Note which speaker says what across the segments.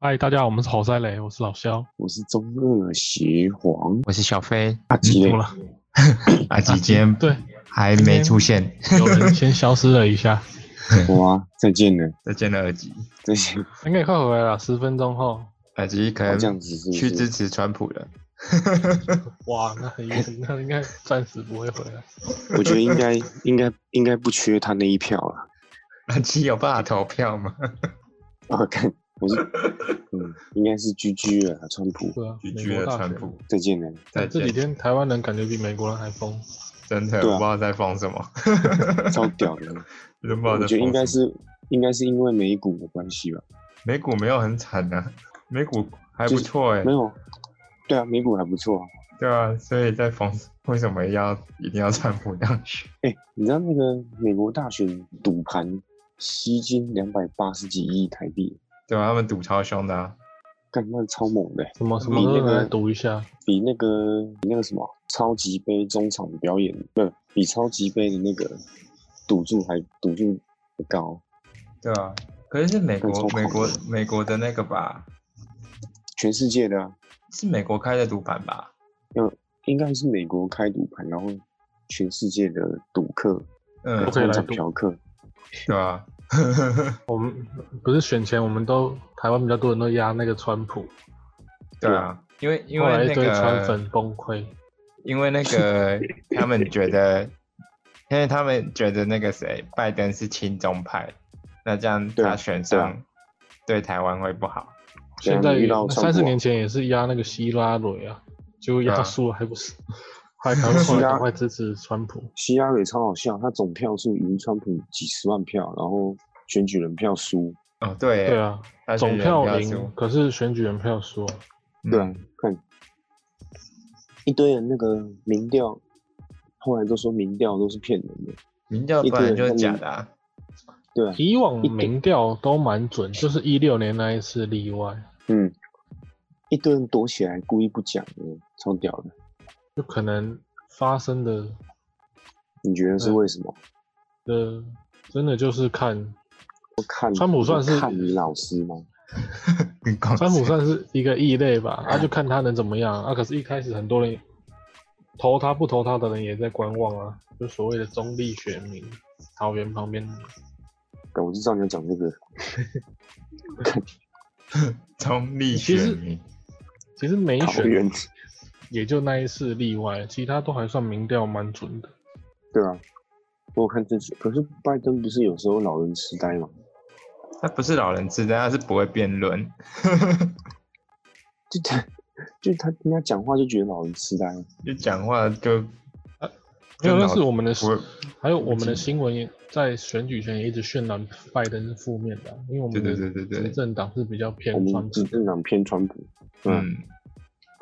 Speaker 1: 嗨，大家好，我们是好塞雷，我是老肖。
Speaker 2: 我是中二邪皇啊
Speaker 3: 我是小飞，
Speaker 2: 阿吉
Speaker 1: 怎
Speaker 2: 嘞
Speaker 1: 么，了？
Speaker 3: 阿吉今天
Speaker 1: 啊对，
Speaker 3: 啊还没出现，
Speaker 1: 有人先消失了一下，
Speaker 2: 哇，再见了，
Speaker 3: 再见了阿吉，
Speaker 2: 再见，
Speaker 1: 应该快回来了，十分钟后。
Speaker 3: 阿吉可
Speaker 2: 哦
Speaker 3: 能
Speaker 2: 这样子是不
Speaker 3: 去支
Speaker 2: 是？
Speaker 3: 持川普了，
Speaker 1: 哇，那很意思，那应该暂时不会回来。
Speaker 2: 我觉得应该 应该应该不缺他那一票了。
Speaker 3: 阿吉有办法投票吗？
Speaker 2: 我哦看我是，嗯，应该是居居了啦，川普，
Speaker 1: 对啊，
Speaker 3: 拒
Speaker 1: 美
Speaker 3: 绝
Speaker 1: 国
Speaker 3: 了
Speaker 1: 大
Speaker 3: 川
Speaker 1: 选。
Speaker 3: 普，
Speaker 2: 再见了。
Speaker 3: 再
Speaker 1: 这几
Speaker 3: 见，
Speaker 1: 天台湾人感觉比美国人还疯，
Speaker 3: 真的
Speaker 2: 对啊
Speaker 3: 我不知道在疯什么，
Speaker 2: 超屌的，
Speaker 3: 真不知道
Speaker 2: 我
Speaker 3: 在
Speaker 2: 觉得应
Speaker 3: 疯
Speaker 2: 该
Speaker 3: 什么。
Speaker 2: 是应该是因为美股的关系吧？
Speaker 3: 美股没有很惨啊，美股还不
Speaker 2: 就是
Speaker 3: 错哎
Speaker 2: 没，有，对啊，美股还不错啊。
Speaker 3: 对啊，所以在疯，为什么要一定要川普当选？
Speaker 2: 哎，你知道那个美国大选赌盘吸金两百八十几亿台币，
Speaker 3: 对啊，他们赌超凶的啊，
Speaker 2: 干那超猛的欸，
Speaker 1: 什么什
Speaker 2: 比
Speaker 1: 么
Speaker 2: 那
Speaker 1: 都
Speaker 2: 个
Speaker 1: 来读一下。
Speaker 2: 比那个比那个什么超级杯中场表演，不比超级杯的那个赌注还赌注高，
Speaker 3: 对啊，可是是美
Speaker 2: 对超恐
Speaker 3: 国
Speaker 2: 怖
Speaker 3: 美国美国的那个吧，
Speaker 2: 全世界的啊、
Speaker 3: 是美国开的赌盘吧？
Speaker 2: 应该是美国开赌盘，然后全世界的赌客
Speaker 3: 嗯
Speaker 1: 都，可以来
Speaker 2: 通常
Speaker 1: 赌
Speaker 2: 嫖客，
Speaker 3: 对啊，
Speaker 1: 不是选前我们都台湾比较多人都压那个川普，
Speaker 3: 对啊，因为因
Speaker 1: 后来
Speaker 3: 为
Speaker 1: 一
Speaker 3: 那
Speaker 1: 堆川
Speaker 3: 个
Speaker 1: 粉崩溃。
Speaker 3: 因为那 个他们觉得，因为他们觉得那个谁，拜登是亲中派，那这样
Speaker 2: 对啊
Speaker 3: 他选
Speaker 2: 对啊
Speaker 3: 上对台湾会不好。
Speaker 2: 对啊
Speaker 1: 现在
Speaker 2: 你遇到川普啊
Speaker 1: 三十年前也是压那个希拉蕊啊，结果压
Speaker 3: 啊
Speaker 1: 输了还不 是，还赶快后来
Speaker 2: 希拉
Speaker 1: 赶快支持川普。
Speaker 2: 希拉蕊超好笑，他总票数赢川普几十万票，然后选举人票输，
Speaker 3: 哦，对耶，
Speaker 1: 对啊，
Speaker 3: 他选
Speaker 1: 总
Speaker 3: 举
Speaker 1: 票
Speaker 3: 人
Speaker 1: 赢
Speaker 3: 输，，
Speaker 1: 可是选举人票输啊。
Speaker 2: 对啊
Speaker 3: 嗯，
Speaker 2: 看一堆人那个民调，后来都说民调都是骗人的，
Speaker 3: 民调
Speaker 2: 一
Speaker 3: 本
Speaker 2: 堆
Speaker 3: 来
Speaker 2: 人
Speaker 3: 就是
Speaker 2: 在
Speaker 3: 假
Speaker 2: 民
Speaker 3: 的啊，
Speaker 2: 对啊，
Speaker 1: 以往
Speaker 2: 一
Speaker 1: 民调都蛮准，就是一六年那一次例外，
Speaker 2: 嗯，一堆人躲起来故意不讲的，超屌的。
Speaker 1: 就可能发生的
Speaker 2: 你觉得是为什么？
Speaker 1: 的呃真的就是看
Speaker 2: 我看
Speaker 1: 川普算是
Speaker 2: 看你老师吗？
Speaker 3: 你讲
Speaker 1: 川普
Speaker 3: 谁
Speaker 1: 算是一个异类吧， 啊就看他能怎么样啊。可是，一开始很多人投他不投他的人也在观望啊，就所谓的中立选民，桃园旁边
Speaker 2: 干我就知道你要讲这个。
Speaker 3: 中立
Speaker 1: 其实
Speaker 3: 选民，
Speaker 1: 其实没
Speaker 2: 桃
Speaker 1: 选
Speaker 2: 园，
Speaker 1: 也就那一次例外，其他都还算民调蛮准的。
Speaker 2: 对啊，我有看这次，可是拜登不是有时候老人痴呆吗？
Speaker 3: 他不是老人痴呆，他是不会辩论。
Speaker 2: 就他，就他跟他讲话就觉得老人痴呆。啊
Speaker 3: 就讲话就，
Speaker 1: 没有，但
Speaker 3: 就脑
Speaker 1: 是我啊们的
Speaker 3: 不会
Speaker 1: 还有我们的新闻也在选举前也一直渲染拜登是负面的啊、因为我们的
Speaker 3: 对对对对对
Speaker 1: 执政党是比较
Speaker 2: 我
Speaker 1: 偏川
Speaker 2: 们
Speaker 1: 普
Speaker 2: 执。政党偏川普，嗯，
Speaker 3: 嗯，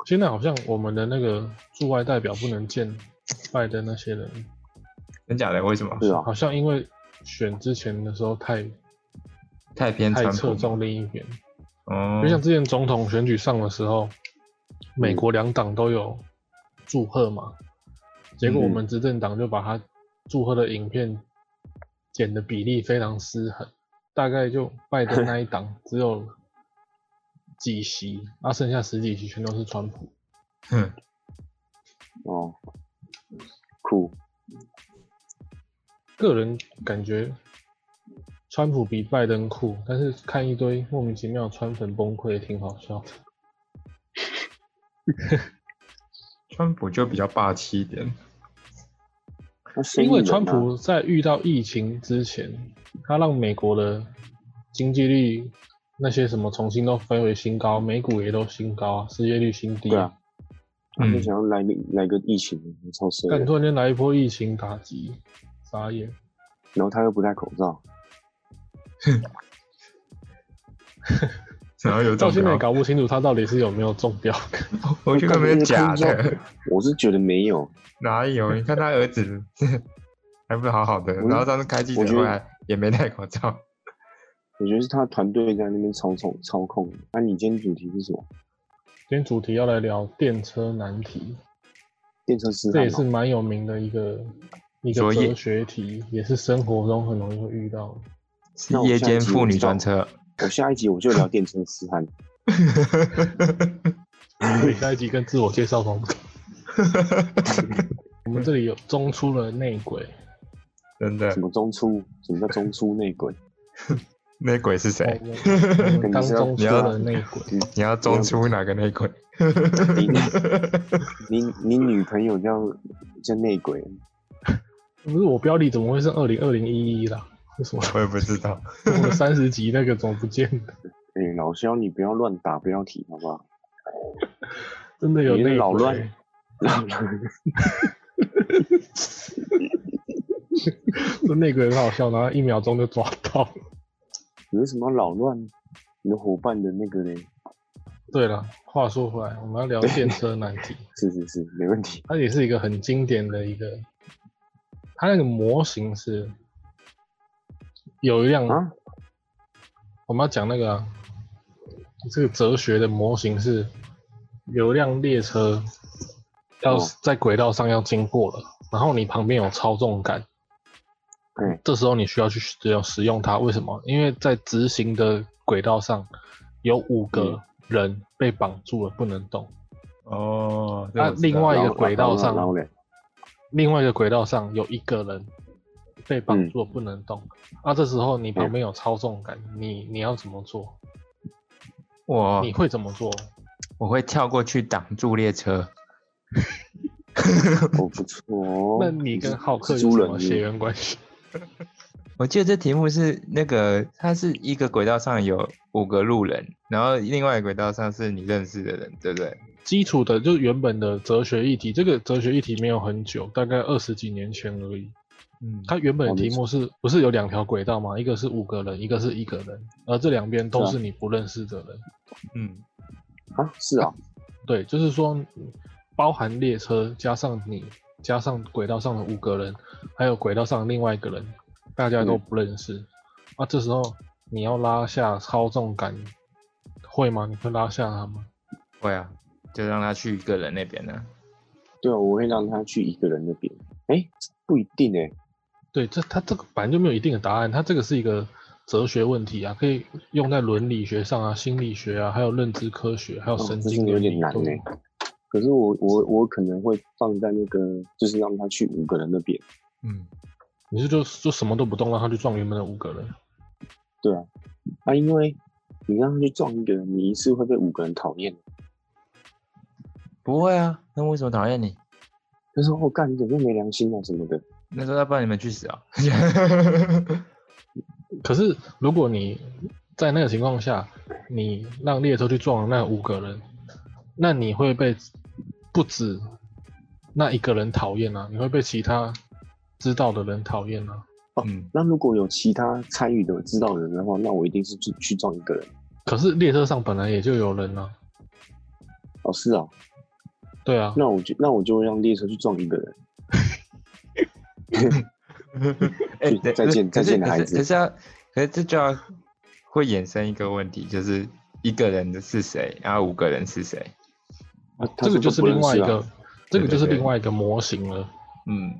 Speaker 1: 现在好像我们的那个驻外代表不能见拜登那些人，
Speaker 3: 真假的？为什么
Speaker 2: 是啊，
Speaker 1: 好像因为选之前的时候太
Speaker 3: 太偏
Speaker 1: 太
Speaker 3: 川
Speaker 1: 侧
Speaker 3: 普？
Speaker 1: 重另一边，
Speaker 3: 哦
Speaker 1: 就，像之前总统选举上的时候，美国两党都有祝贺嘛，结果我们执政党就把他祝贺的影片剪的比例非常失衡，大概就拜登那一党只有几席，啊，剩下十几席全都是川普。
Speaker 3: 哼
Speaker 2: 哦，酷，
Speaker 1: 个人感觉川普比拜登酷，但是看一堆莫名其妙的川粉崩溃也挺好笑的。
Speaker 3: 川普就比较霸气一点。
Speaker 2: 那生意
Speaker 1: 因
Speaker 2: 人啊
Speaker 1: 为川普在遇到疫情之前，他让美国的经济率那些什么重新都飞回新高，美股也都新高啊，失业率新低。
Speaker 2: 对啊，他就
Speaker 3: 嗯
Speaker 2: 想要来个来个疫情，超衰
Speaker 1: 但
Speaker 2: 的，
Speaker 1: 突然间来一波疫情打击，傻眼。
Speaker 2: 然后他又不戴口罩，
Speaker 3: 然后有
Speaker 1: 到
Speaker 3: 中
Speaker 1: 现在也
Speaker 3: 标，
Speaker 1: 搞不清楚他到底是有没有中标。
Speaker 3: 我觉得没有假的，
Speaker 2: 我是觉得没有，
Speaker 3: 哪有？你看他儿子 还不是好好的，
Speaker 2: 我
Speaker 3: 然后上次开记者
Speaker 2: 我觉得
Speaker 3: 会还也没戴口罩。
Speaker 2: 我觉得是他团队在那边操控操控。那、你今天主题是什么？
Speaker 1: 今天主题要来聊电车难题，
Speaker 2: 电车痴
Speaker 1: 这
Speaker 2: 汉
Speaker 1: 也是
Speaker 2: 吗？
Speaker 1: 蛮有名的一个一个
Speaker 3: 所以
Speaker 1: 哲学题，也是生活中 很容易会遇到的。
Speaker 3: 是
Speaker 2: 那我
Speaker 3: 夜
Speaker 2: 下一
Speaker 3: 间
Speaker 2: 集
Speaker 3: 妇
Speaker 2: 我
Speaker 3: 女
Speaker 2: 知道
Speaker 3: 专车，
Speaker 2: 我下一集我就聊电车痴汉，
Speaker 1: 所以下一集跟自我介绍同不 同？我们这里有中出了内鬼，
Speaker 3: 真的
Speaker 2: 什，么中出？什么叫中出 内鬼？
Speaker 3: 内 鬼是谁
Speaker 1: 哦
Speaker 2: 哦
Speaker 1: 我？们我们当
Speaker 2: 你是要
Speaker 1: 中
Speaker 2: 你
Speaker 1: 出
Speaker 3: 要
Speaker 1: 了内鬼，
Speaker 3: 你要中出哪个内鬼？
Speaker 2: 你你你女朋友叫叫内鬼，
Speaker 1: 不是我标题怎么会是二零二零一一啦？为什么
Speaker 3: 我也不知道。
Speaker 1: 我三十集那个怎么不见了？
Speaker 2: 哎、老肖你不要乱打标题好不好？
Speaker 1: 真的有
Speaker 2: 你是
Speaker 1: 内
Speaker 2: 老
Speaker 1: 鬼
Speaker 2: 乱
Speaker 1: 这内鬼很好笑，然后一秒钟就抓到。
Speaker 2: 你为什么要扰乱你的伙伴的那个嘞？
Speaker 1: 对了，话说回来，我们要聊电车难题，
Speaker 2: 是是是，没问题。
Speaker 1: 它也是一个很经典的一个，它那个模型是有一辆，
Speaker 2: 啊
Speaker 1: 我们要讲那个、啊、这个哲学的模型是有一辆列车要
Speaker 2: 哦
Speaker 1: 在轨道上要经过了，然后你旁边有操纵杆，
Speaker 2: 对，
Speaker 1: 这时候你需要去使用使用它，为什么？因为在直行的轨道上有五个
Speaker 2: 嗯
Speaker 1: 人被绑住了，不能动。
Speaker 2: 啊
Speaker 3: 哦，
Speaker 1: 那、另外一个轨道上
Speaker 2: 然，后嘞，
Speaker 1: 另外一个轨道上有一个人被
Speaker 2: 嗯
Speaker 1: 绑住了，不能动。啊，这时候你旁边有操纵杆，你你要怎么做？
Speaker 2: 哦
Speaker 3: 我
Speaker 1: 你会怎么做？
Speaker 3: 我会跳过去挡住列车。
Speaker 2: 哦不错哦。
Speaker 1: 那你跟浩克
Speaker 2: 是
Speaker 1: 有
Speaker 2: 猪
Speaker 1: 什
Speaker 2: 人
Speaker 1: 么
Speaker 2: 是不
Speaker 1: 血
Speaker 2: 是
Speaker 1: 缘关系？
Speaker 3: 我记得这题目是那个，它是一个轨道上有五个路人，然后另外一个轨道上是你认识的人，对不对？
Speaker 1: 基础的就是原本的哲学议题，这个哲学议题没有很久，大概二十几年前而已。
Speaker 3: 嗯，
Speaker 1: 它原本的
Speaker 2: 哦
Speaker 1: 题
Speaker 2: 没
Speaker 1: 目是不是有两条轨道吗？一个是五个人，一个是一个人，而这两边都
Speaker 2: 是啊
Speaker 1: 是你不认识的人。
Speaker 3: 嗯
Speaker 2: 啊？是啊，
Speaker 1: 对，就是说嗯包含列车加上你加上轨道上的五个人，还有轨道上的另外一个人，大家都
Speaker 2: 嗯
Speaker 1: 不认识。啊，这时候你要拉下操纵杆，会吗？你会拉下它吗？
Speaker 3: 会啊，就让他去一个人那边呢、
Speaker 2: 对啊，我会让他去一个人那边。哎，不一定哎、
Speaker 1: 对，这它这个本来就没有一定的答案，它这个是一个哲学问题啊，可以用在伦理学上啊、心理学啊，还有认知科学，还有
Speaker 2: 哦
Speaker 1: 神
Speaker 2: 这
Speaker 1: 经
Speaker 2: 是有
Speaker 1: 元
Speaker 2: 点
Speaker 1: 理
Speaker 2: 难
Speaker 1: 都
Speaker 2: 欸可是我我我可能会放在那个，就是让他去五个人那边。
Speaker 3: 嗯，
Speaker 1: 你是就就什么都不动，让他去撞原本的五个人？
Speaker 2: 对啊，啊，因为你让他去撞一个人，你一次会被五个人讨厌。
Speaker 3: 不会啊，那为什么讨厌你？
Speaker 2: 他说：“我、干，你怎么那么没良心啊什么的。
Speaker 3: 那时候要不然你们去死啊！
Speaker 1: 可是如果你在那个情况下，你让列车去撞了那五个人，那你会被不止那一个人讨厌啊，你会被其他知道的人讨厌啊。
Speaker 2: 哦
Speaker 3: 嗯，
Speaker 2: 那如果有其他参与的知道的人的话，那我一定是去去撞一个人。
Speaker 1: 可是列车上本来也就有人啊，
Speaker 2: 哦，是啊，
Speaker 1: 对啊，
Speaker 2: 那我就那我就让列车去撞一个人。
Speaker 3: 哎、
Speaker 2: 再
Speaker 3: 可是
Speaker 2: 见
Speaker 3: 可
Speaker 2: 再
Speaker 3: 是
Speaker 2: 见
Speaker 3: 可是
Speaker 2: 孩子
Speaker 3: 可是要，可是这就要会衍生一个问题，就是一个人的是谁，然后五个人是谁？
Speaker 2: 啊、
Speaker 1: 这
Speaker 2: 他
Speaker 1: 个
Speaker 2: 说
Speaker 1: 就是
Speaker 2: 不认
Speaker 1: 另外一
Speaker 2: 识啊
Speaker 1: 个，这个就是
Speaker 3: 对对对
Speaker 1: 另外一个模型了。
Speaker 3: 嗯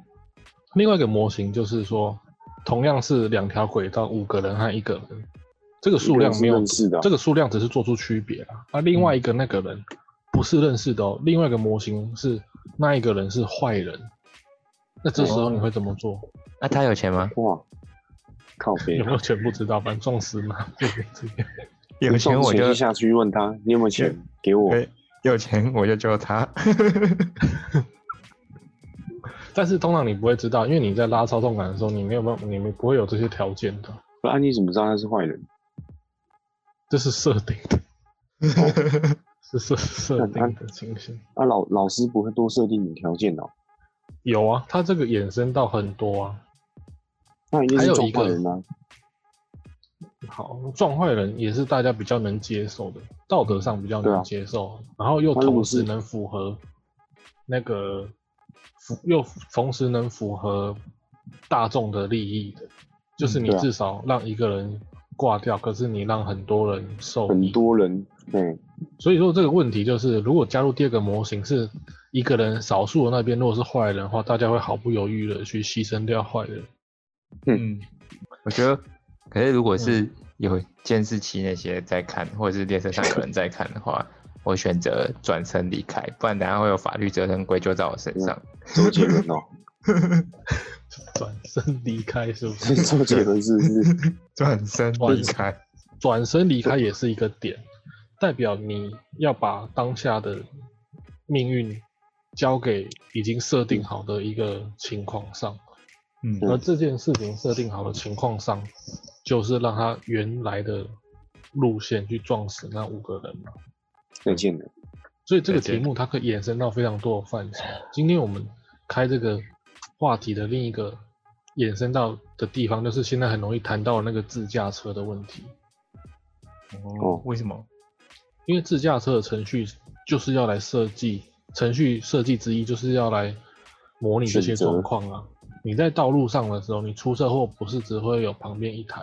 Speaker 1: 另外一个模型就是说，同样是两条轨道，五个人和一个人，这个数量没有
Speaker 2: 认识的啊
Speaker 1: 这个数量只是做出区别啦。啊，另外一个那个人不是认识的哦，另外一个模型是那一个人是坏人，那这时候你会怎么做？
Speaker 3: 那、他有钱吗？
Speaker 2: 哇，靠北
Speaker 1: 有没有全不知道，反正撞死嘛，就是这样
Speaker 3: 有钱
Speaker 2: 撞
Speaker 3: 我
Speaker 2: 之前
Speaker 3: 就
Speaker 2: 下去问他你有没有钱给我。
Speaker 3: 对，有钱我就救他。
Speaker 1: 但是通常你不会知道，因为你在拉操纵杆的时候，你没有办法，你们不会有这些条件的，
Speaker 2: 啊，你怎么知道他是坏人？
Speaker 1: 这是设定的，是设设定的情形。
Speaker 2: 啊，老老师不会多设定你条件哦。
Speaker 1: 有啊，它这个衍生到很多啊。
Speaker 2: 那一定
Speaker 1: 还有
Speaker 2: 是
Speaker 1: 一
Speaker 2: 撞
Speaker 1: 个
Speaker 2: 坏人啊。
Speaker 1: 好，撞坏人也是大家比较能接受的，道德上比较
Speaker 2: 对
Speaker 1: 能
Speaker 2: 啊
Speaker 1: 接受，然后又
Speaker 2: 他如
Speaker 1: 同
Speaker 2: 果
Speaker 1: 时
Speaker 2: 是
Speaker 1: 能符合那个符，又同时能符合大众的利益的，就是
Speaker 3: 嗯
Speaker 1: 你
Speaker 2: 对啊
Speaker 1: 至少让一个人挂掉，可是你让很多人受益
Speaker 2: 很。多人对，
Speaker 1: 所以说这个问题就是，如果加入第二个模型是一个人少数的那边，如果是坏人的话，大家会毫不犹豫的去牺牲掉坏人。
Speaker 3: 嗯嗯，我觉得，可是如果是有监视器那些在看，或者是列车上有人在看 的话，我选择转身离开，不然等下会有法律责任归咎在我身上。
Speaker 2: 周杰伦哦，
Speaker 1: 转身离开是不 是？
Speaker 2: 周杰伦是不是？
Speaker 1: 嗯
Speaker 3: 转身离开，
Speaker 1: 转身离开也是一个点，代表你要把当下的命运交给已经设定好的一个情况上，
Speaker 3: 嗯
Speaker 1: 而这件事情设定好的情况上，就是让他原来的路线去撞死那五个人嘛。
Speaker 2: 再见了，
Speaker 1: 所以这个
Speaker 3: 了解
Speaker 1: 题目它可以衍生到非常多的范畴。今天我们开这个话题的另一个衍生到的地方，就是现在很容易谈到的那个自驾车的问题，
Speaker 3: 哦，为什么？
Speaker 1: 因为自驾车的程序就是要来设计，程序设计之一就是要来模拟这些
Speaker 2: 选择
Speaker 1: 状况啊。你在道路上的时候，你出车祸不是只会有旁边一台，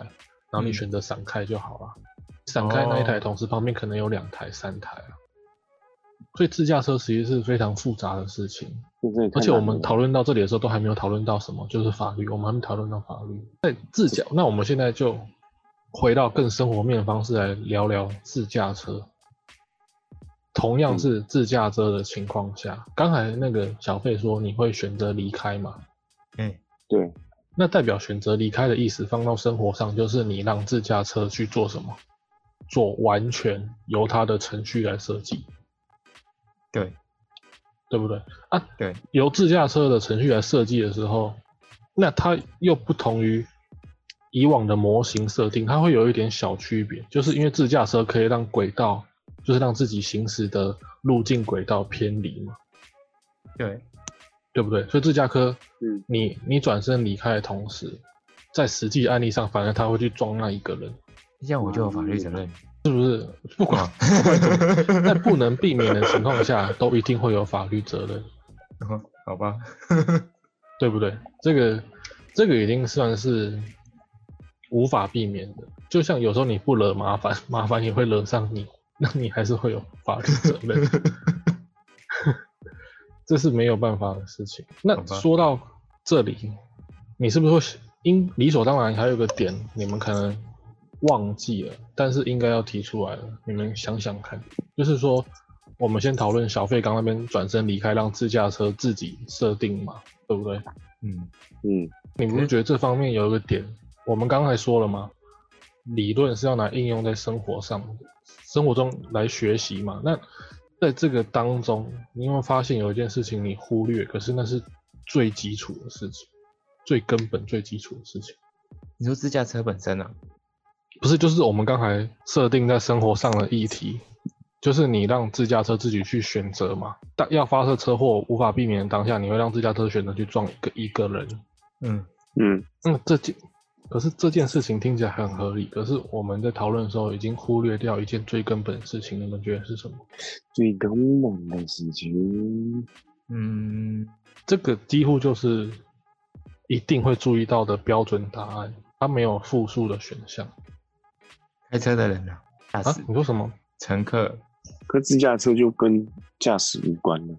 Speaker 1: 然后你
Speaker 3: 嗯
Speaker 1: 选择闪开就好了。闪开那一台，
Speaker 3: 哦
Speaker 1: 同时旁边可能有两台、三台啊。所以自驾车其实是非常复杂的事情。
Speaker 2: 这真的太
Speaker 1: 而且我
Speaker 2: 难
Speaker 1: 们
Speaker 2: 了
Speaker 1: 讨论到这里的时候，都还没有讨论到什么，就是法律，我们还没讨论到法律。在自驾，那我们现在就回到更生活面的方式来聊聊自驾车。同样是自驾车的情况下，刚才那个小费说你会选择离开嘛？
Speaker 3: 嗯，
Speaker 2: 对，
Speaker 1: 那代表选择离开的意思放到生活上，就是你让自驾车去做什么？做完全由它的程序来设计，
Speaker 3: 对
Speaker 1: 对不对？啊，
Speaker 3: 对，
Speaker 1: 由自驾车的程序来设计的时候，那它又不同于以往的模型设定，它会有一点小区别，就是因为自驾车可以让轨道，就是让自己行驶的路径轨道偏离嘛，
Speaker 3: 对，
Speaker 1: 对不对？所以自驾车，
Speaker 2: 嗯，
Speaker 1: 你你转身离开的同时，在实际案例上，反而他会去撞那一个人，
Speaker 3: 这样我就有法律责任。
Speaker 1: 哦
Speaker 3: 哦
Speaker 1: 不管不管怎么，在不能避免的情况下，都一定会有法律责任。
Speaker 3: 好吧，
Speaker 1: 对不对？这个这个已经算是无法避免的。就像有时候你不惹麻烦，麻烦也会惹上你，那你还是会有法律责任， 这是没有办法的事情。
Speaker 3: 好
Speaker 1: 那
Speaker 3: 吧
Speaker 1: 说到这里，你是不是会想应理所当然还有个点，你们可能忘记了，但是应该要提出来了。你们想想看，就是说。我们先讨论小费刚那边转身离开，让自驾车自己设定嘛，对不对？
Speaker 3: 嗯，
Speaker 2: 嗯，
Speaker 1: 你不是觉得这方面有一个点？我们刚才说了嘛，理论是要拿应用在生活上，生活中来学习嘛。那在这个当中，你有没有发现有一件事情你忽略，可是那是最基础的事情，最根本、最基础的事情，
Speaker 3: 你说自驾车本身啊，
Speaker 1: 不是就是我们刚才设定在生活上的议题，就是你让自驾车自己去选择嘛。但要发生车祸无法避免的当下，你会让自驾车选择去撞一个一个人，
Speaker 3: 嗯，
Speaker 2: 嗯，
Speaker 1: 嗯，这件可是这件事情听起来很合理，可是我们在讨论的时候已经忽略掉一件最根本的事情，你们觉得是什么？
Speaker 2: 最根本的事情，
Speaker 3: 嗯，
Speaker 1: 这个几乎就是一定会注意到的标准答案，它没有复数的选项
Speaker 3: 开车的人啊，驾
Speaker 1: 啊
Speaker 3: 驶？
Speaker 1: 你说什么？
Speaker 3: 乘客，
Speaker 2: 可自驾车就跟驾驶无关了。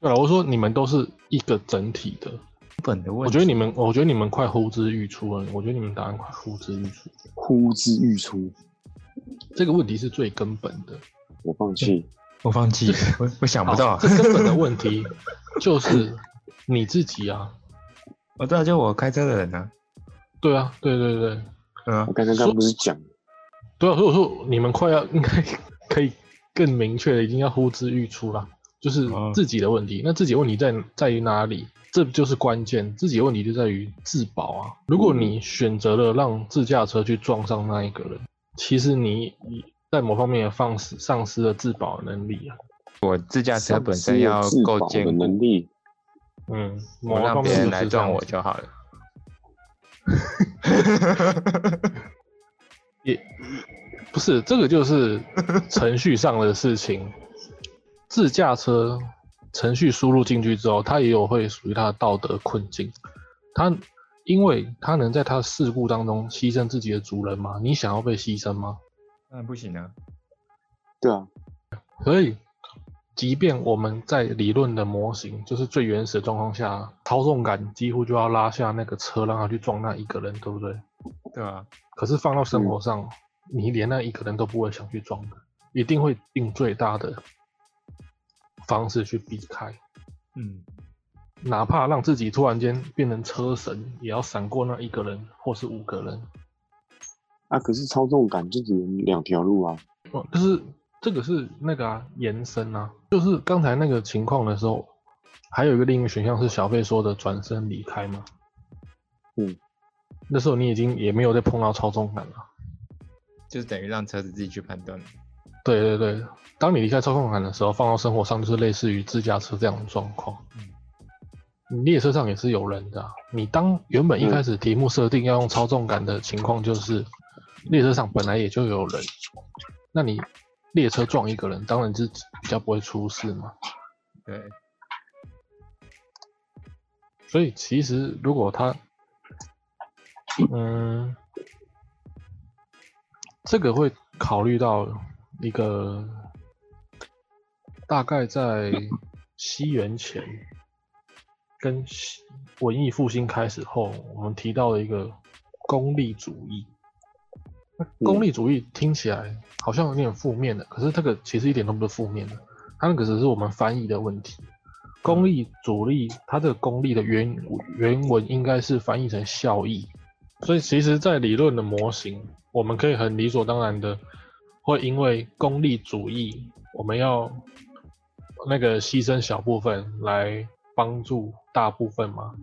Speaker 1: 对啊了，我说你们都是一个整体的，
Speaker 3: 基本的问
Speaker 1: 我
Speaker 3: 题。
Speaker 1: 觉得你们，我觉得你们快呼之欲出了，我觉得你们答案快呼之欲出，
Speaker 2: 呼之欲出，
Speaker 1: 这个问题是最根本的。
Speaker 2: 我放弃。
Speaker 3: 我放弃，我我想不到啊
Speaker 1: 好，这，根本的问题就是你自己啊，
Speaker 3: 哦，对啊，就我开车的人啊，
Speaker 1: 对啊，对对对，
Speaker 3: 嗯啊
Speaker 2: 我，刚刚刚不是讲，
Speaker 1: 对啊，所以我说你们快要应该 可以更明确的，已经要呼之欲出啦，就是
Speaker 3: 哦
Speaker 1: 自己的问题。那自己的问题在在于哪里？这就是关键。自己的问题就在于自保啊。如果你选择了让自驾车去撞上那一个人，其实你在某方面也放失丧失了自保能力啊。
Speaker 3: 我自驾车本
Speaker 2: 丧
Speaker 3: 身
Speaker 2: 失
Speaker 3: 要
Speaker 2: 了自
Speaker 3: 够
Speaker 2: 保
Speaker 3: 坚
Speaker 2: 的能
Speaker 3: 固，
Speaker 2: 力，
Speaker 1: 嗯，某
Speaker 3: 我
Speaker 1: 个
Speaker 3: 让
Speaker 1: 方面
Speaker 3: 别
Speaker 1: 就
Speaker 3: 人
Speaker 1: 是
Speaker 3: 来
Speaker 1: 这样
Speaker 3: 撞我
Speaker 1: 子
Speaker 3: 就好了。
Speaker 1: 也不是这个，就是程序上的事情。自驾车程序输入进去之后，它也有会属于它的道德困境。它因为它能在它的事故当中牺牲自己的族人吗？你想要被牺牲吗？
Speaker 3: 当然不行啊，
Speaker 2: 对啊，
Speaker 1: 所以，即便我们在理论的模型，就是最原始的状况下，操纵杆几乎就要拉下那个车，让它去撞那一个人，对不对？
Speaker 3: 对啊，
Speaker 1: 可是放到生活上，你连那一个人都不会想去撞的，一定会用最大的方式去避开，
Speaker 3: 嗯，
Speaker 1: 哪怕让自己突然间变成车神，也要闪过那一个人或是五个人。
Speaker 2: 啊，可是操纵感就只能两条路啊。
Speaker 1: 哦，就是这个是那个啊延伸啊，就是刚才那个情况的时候，还有一个另一个选项是小费说的转身离开嘛。
Speaker 2: 嗯，
Speaker 1: 那时候你已经也没有再碰到操纵感了。
Speaker 3: 就是等于让车子自己去判断。
Speaker 1: 对对对，当你离开操控感的时候，放到生活上就是类似于自驾车这样的状况。你列车上也是有人的啊、你当原本一开始题目设定要用操纵感的情况，就是列车上本来也就有人，那你列车撞一个人，当然是比较不会出事嘛。
Speaker 3: 对，
Speaker 1: 所以其实如果他，嗯，这个会考虑到一个大概在西元前跟西文艺复兴开始后，我们提到的一个功利主义。那功利主义听起来好像有点负面的，可是这个其实一点都不是负面的，它那个只是我们翻译的问题。功利主力，它这个功利的原原文应该是翻译成效益，所以其实，在理论的模型，我们可以很理所当然的会因为功利主义，我们要那个牺牲小部分来帮助大部分嘛。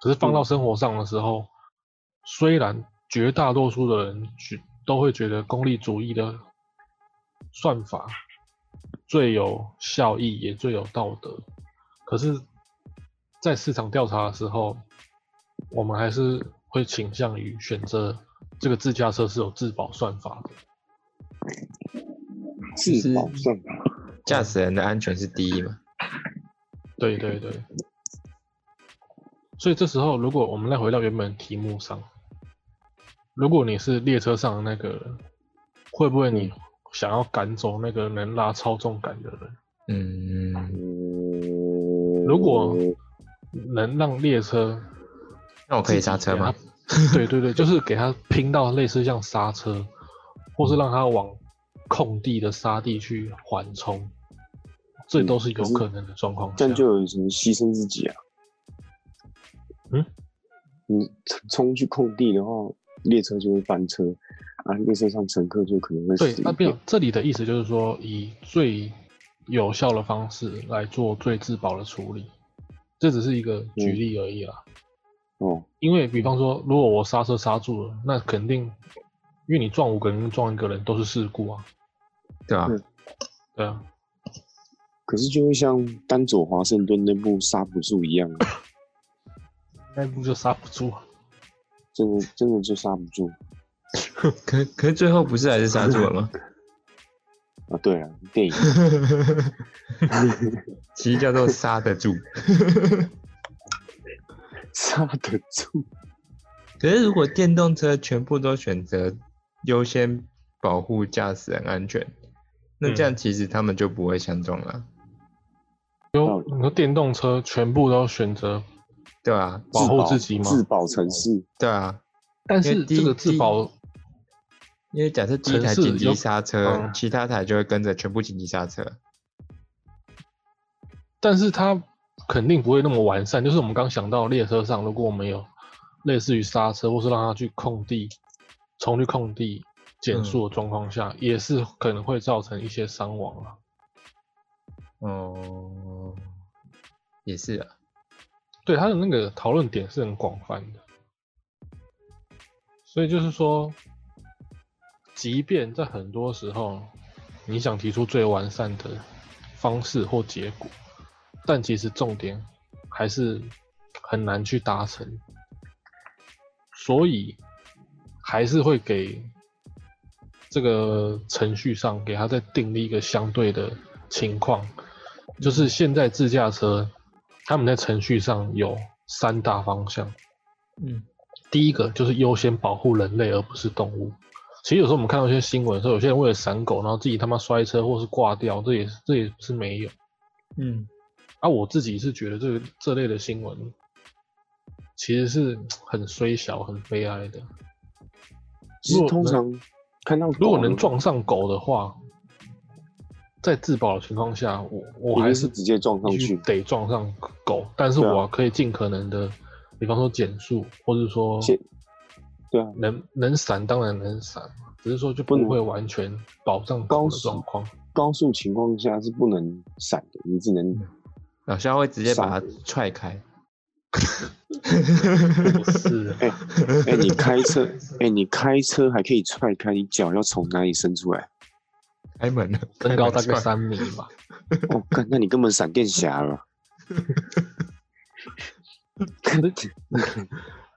Speaker 1: 可是放到生活上的时候，虽然绝大多数的人觉都会觉得功利主义的算法最有效益，也最有道德，可是，在市场调查的时候，我们还是会倾向于选择这个自驾车是有自保算法的。
Speaker 2: 自保啊算法
Speaker 3: 驾驶人的安全是第一嘛。
Speaker 1: 对对对。所以这时候，如果我们再回到原本题目上，如果你是列车上的那个人，会不会你想要赶走那个能拉操纵杆的人？
Speaker 3: 嗯，
Speaker 2: 嗯，
Speaker 1: 如果能让列车
Speaker 3: 那我可以刹车吗？
Speaker 1: 自 己给他？对对 对，就是给他拼到类似像刹车，或是让他往空地的沙地去缓冲，这都是有可能的状况下。
Speaker 2: 嗯这样就有什么牺牲自己啊？
Speaker 1: 嗯，
Speaker 2: 你冲去空地的话，列车就会翻车啊，列车上乘客就可能会
Speaker 1: 对
Speaker 2: 死。，
Speaker 1: 那没有这里的意思就是说，以最有效的方式来做最自保的处理，这只是一个举例而已啦。
Speaker 2: 哦，
Speaker 1: 因为比方说，如果我刹车刹住了，那肯定，因为你撞五个人撞一个人都是事故啊，
Speaker 3: 对吧、
Speaker 2: 嗯
Speaker 1: 对啊。
Speaker 2: 可是就会像丹佐华盛顿那部《刹不住》一样啊，
Speaker 1: 那不就刹不住啊？
Speaker 2: 真的真的就刹不住
Speaker 3: 可可是最后不是还是刹住了吗？
Speaker 2: 啊！对啊，电影
Speaker 3: 其实叫做刹得住。
Speaker 2: 刹得住，
Speaker 3: 可是如果电动车全部都选择优先保护驾驶人安全，那这样其实他们就不会相撞了，
Speaker 1: 有你说电动车全部都选择
Speaker 3: 对啊，
Speaker 1: 保护自己吗
Speaker 2: 自保城市，
Speaker 3: 对啊，
Speaker 1: 但
Speaker 3: 因
Speaker 1: 是
Speaker 3: 为第一
Speaker 1: 这个自保，
Speaker 3: 因为假设第一台
Speaker 1: 城市
Speaker 3: 紧急
Speaker 1: 有
Speaker 3: 刹车，
Speaker 1: 嗯
Speaker 3: 其他台就会跟着全部紧急刹车。
Speaker 1: 但是它肯定不会那么完善。就是我们刚想到列车上，如果我们有类似于刹车，或是让它去空地、冲去空地
Speaker 3: 嗯
Speaker 1: 减速的状况下，也是可能会造成一些伤亡啊。
Speaker 3: 哦，也是啊，
Speaker 1: 对他的那个讨论点是很广泛的，所以就是说，即便在很多时候，你想提出最完善的方式或结果，但其实重点还是很难去达成，所以还是会给这个程序上给它再订立一个相对的情况，就是现在自驾车他们在程序上有三大方向，
Speaker 3: 嗯，
Speaker 1: 第一个就是优先保护人类而不是动物。其实有时候我们看到一些新闻的时候，有些人为了闪狗，然后自己他妈摔车或是挂掉，这也是这也是没有。
Speaker 3: 嗯，
Speaker 1: 啊，我自己是觉得这个这类的新闻其实是很衰小、很悲哀的。
Speaker 2: 其实通常看到
Speaker 1: 如果
Speaker 2: 狗
Speaker 1: 能
Speaker 2: 呢
Speaker 1: 撞上狗的话，在自保的情况下，我我
Speaker 2: 一
Speaker 1: 还
Speaker 2: 定
Speaker 1: 是
Speaker 2: 直接撞上
Speaker 1: 必须
Speaker 2: 去，
Speaker 1: 得撞上狗，但是
Speaker 2: 对啊
Speaker 1: 我可以尽可能的，比方说减速，或者说
Speaker 2: 先对啊，
Speaker 1: 能能闪当然能闪，只是说就不
Speaker 2: 不能
Speaker 1: 会完全保障
Speaker 2: 高
Speaker 1: 狗的
Speaker 2: 速
Speaker 1: 状况。
Speaker 2: 高速情况下是不能闪的，你只能
Speaker 3: 老肖会直接把它
Speaker 2: 上
Speaker 3: 踹开。
Speaker 1: 不 是啊，
Speaker 2: 哎、你开车，哎、你开车还可以踹开，你脚要从哪里伸出来？
Speaker 3: 开门了，
Speaker 1: 身高大
Speaker 3: 开门
Speaker 1: 概
Speaker 3: 踹
Speaker 1: 三米 吧，
Speaker 2: 哦，干，那你根本闪电侠了。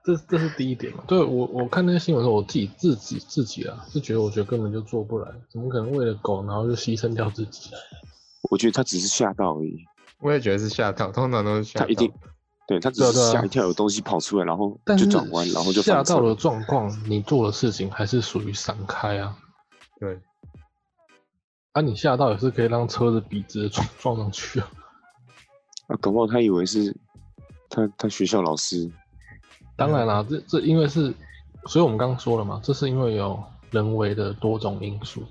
Speaker 1: 这这是第一点嘛。对我我看那些新闻的时候，我自己自己自己啊，是觉得我觉得根本就做不来，怎么可能为了狗然后就牺牲掉自己？啊
Speaker 2: 我觉得他只是吓到而已，
Speaker 3: 我也觉得是吓到，通常都是吓到。
Speaker 2: 他一定对他只
Speaker 1: 对啊
Speaker 2: 是
Speaker 1: 对啊
Speaker 2: 吓一跳，有东西跑出来，然后
Speaker 1: 但
Speaker 2: 就是转弯，然后就
Speaker 1: 吓
Speaker 2: 翻
Speaker 1: 到
Speaker 2: 车。
Speaker 1: 了状况，你做的事情还是属于闪开啊。
Speaker 3: 对，
Speaker 1: 啊，你吓到也是可以让车子笔直地撞撞上去啊。
Speaker 2: 啊，搞不好他以为是他他学校老师，
Speaker 1: 当然啦，这这因为是，所以我们刚刚说了嘛，这是因为有人为的多种因素。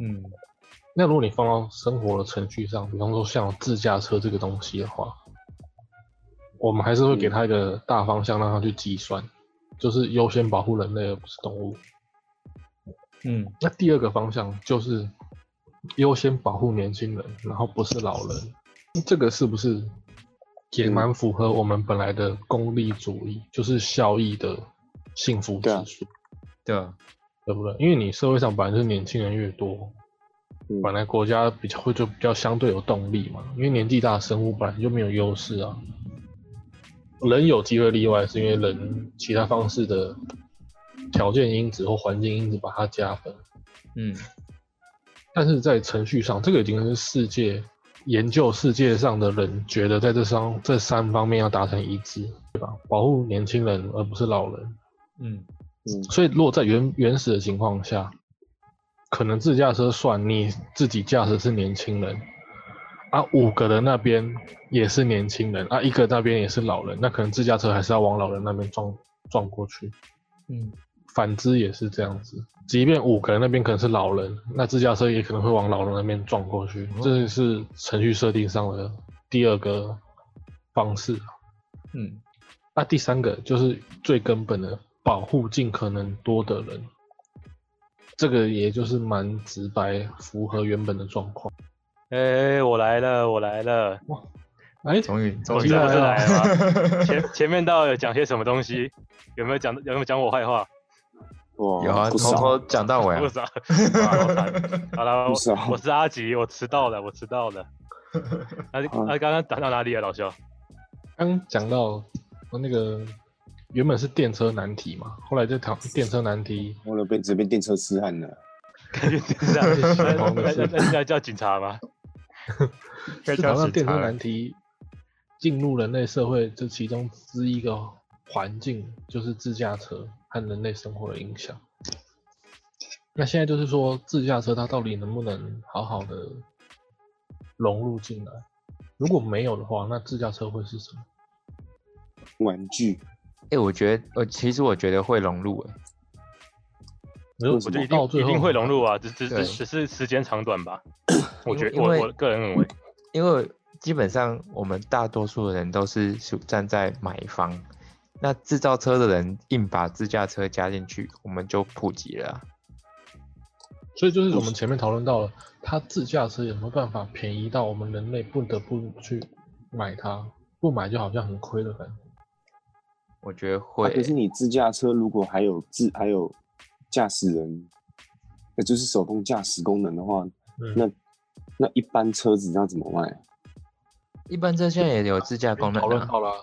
Speaker 3: 嗯，
Speaker 1: 那如果你放到生活的程序上，比方说像自驾车这个东西的话，我们还是
Speaker 2: 嗯
Speaker 1: 会给它一个大方向，让它去计算，就是优先保护人类而不是动物。
Speaker 3: 嗯，
Speaker 1: 那第二个方向就是优先保护年轻人，然后不是老人。这个是不是也蛮符合我们本来的功利主义，就是效益的幸福指
Speaker 2: 嗯对啊
Speaker 1: 数，
Speaker 3: 对啊，
Speaker 1: 对不对？因为你社会上本来就是年轻人越多，
Speaker 2: 嗯
Speaker 1: 本来国家比较会就比较相对有动力嘛，因为年纪大的生物本来就没有优势啊。人有机会例外，是因为人其他方式的条件因子或环境因子把它加分。
Speaker 3: 嗯，
Speaker 1: 但是在程序上，这个已经是世界研究世界上的人觉得在这三这三方面要达成一致，对吧？保护年轻人而不是老人。
Speaker 3: 嗯，
Speaker 2: 嗯，
Speaker 1: 所以如果在原原始的情况下，可能自驾车算你自己驾驶是年轻人，啊，五个人那边也是年轻人，啊，一个那边也是老人，那可能自驾车还是要往老人那边撞撞过去。
Speaker 3: 嗯，
Speaker 1: 反之也是这样子，即便五个人那边可能是老人，那自驾车也可能会往老人那边撞过去，这是程序设定上的第二个方式。
Speaker 3: 嗯，
Speaker 1: 那、第三个就是最根本的，保护尽可能多的人，这个也就是蛮直白，符合原本的状况。
Speaker 4: 哎、我来了，我来了，
Speaker 1: 哎，
Speaker 3: 终于，终
Speaker 4: 我
Speaker 3: 于
Speaker 4: 真的是
Speaker 1: 来
Speaker 4: 来了。
Speaker 3: 了，
Speaker 4: 前前面到底有讲些什么东西？有没有讲有没有讲我坏话？
Speaker 2: 哇，
Speaker 3: 有啊，
Speaker 2: 不
Speaker 3: 从
Speaker 2: 少
Speaker 3: 头讲到尾 啊
Speaker 4: 不。少，哇好惨好了，
Speaker 2: 不少
Speaker 4: 我我是阿吉，我迟到了，我迟到了。那那刚刚打到哪里了，啊老肖？
Speaker 1: 刚讲到呃那个原本是电车难题嘛，后来就讨电车难题，
Speaker 2: 后来被直接被电车痴汉了。
Speaker 4: 感觉是这样，那那那那叫警察吗？
Speaker 3: 该
Speaker 1: 是讨
Speaker 3: 叫
Speaker 1: 论
Speaker 3: 警
Speaker 1: 电车
Speaker 3: 察了
Speaker 1: 难题进入人类社会这其中之一个环境，就是自驾车和人类生活的影响。那现在就是说，自驾车它到底能不能好好的融入进来？如果没有的话，那自驾车会是什么？
Speaker 2: 玩具，
Speaker 3: 哎，我觉得，呃，其实我觉得会融入，哎，
Speaker 1: 你说
Speaker 2: 我
Speaker 4: 我觉得一
Speaker 1: 到
Speaker 4: 定
Speaker 1: 最
Speaker 4: 一
Speaker 1: 后
Speaker 4: 定会融入啊，只只
Speaker 3: 对
Speaker 4: 只只是时间长短吧。我
Speaker 3: 因
Speaker 4: 觉
Speaker 3: 为
Speaker 4: 得
Speaker 3: 因
Speaker 4: 我
Speaker 3: 为
Speaker 4: 我个人认为，
Speaker 3: 因为基本上我们大多数的人都是属站在买方，那制造车的人硬把自驾车加进去，我们就普及了啊、
Speaker 1: 所以就是我们前面讨论到了，它自驾车有没有办法便宜到我们人类不得不去买它？不买就好像很亏的感觉。
Speaker 3: 我觉得
Speaker 2: 啊
Speaker 3: 会、
Speaker 2: 可是
Speaker 3: 欸
Speaker 2: 你自驾车如果还有自还有驾驶人，那就是手动驾驶功能的话，
Speaker 1: 嗯
Speaker 2: 那那一般车子要怎么卖？
Speaker 3: 一般车现在也有自驾功能、
Speaker 1: 讨论
Speaker 3: 啊，
Speaker 1: 到了啊、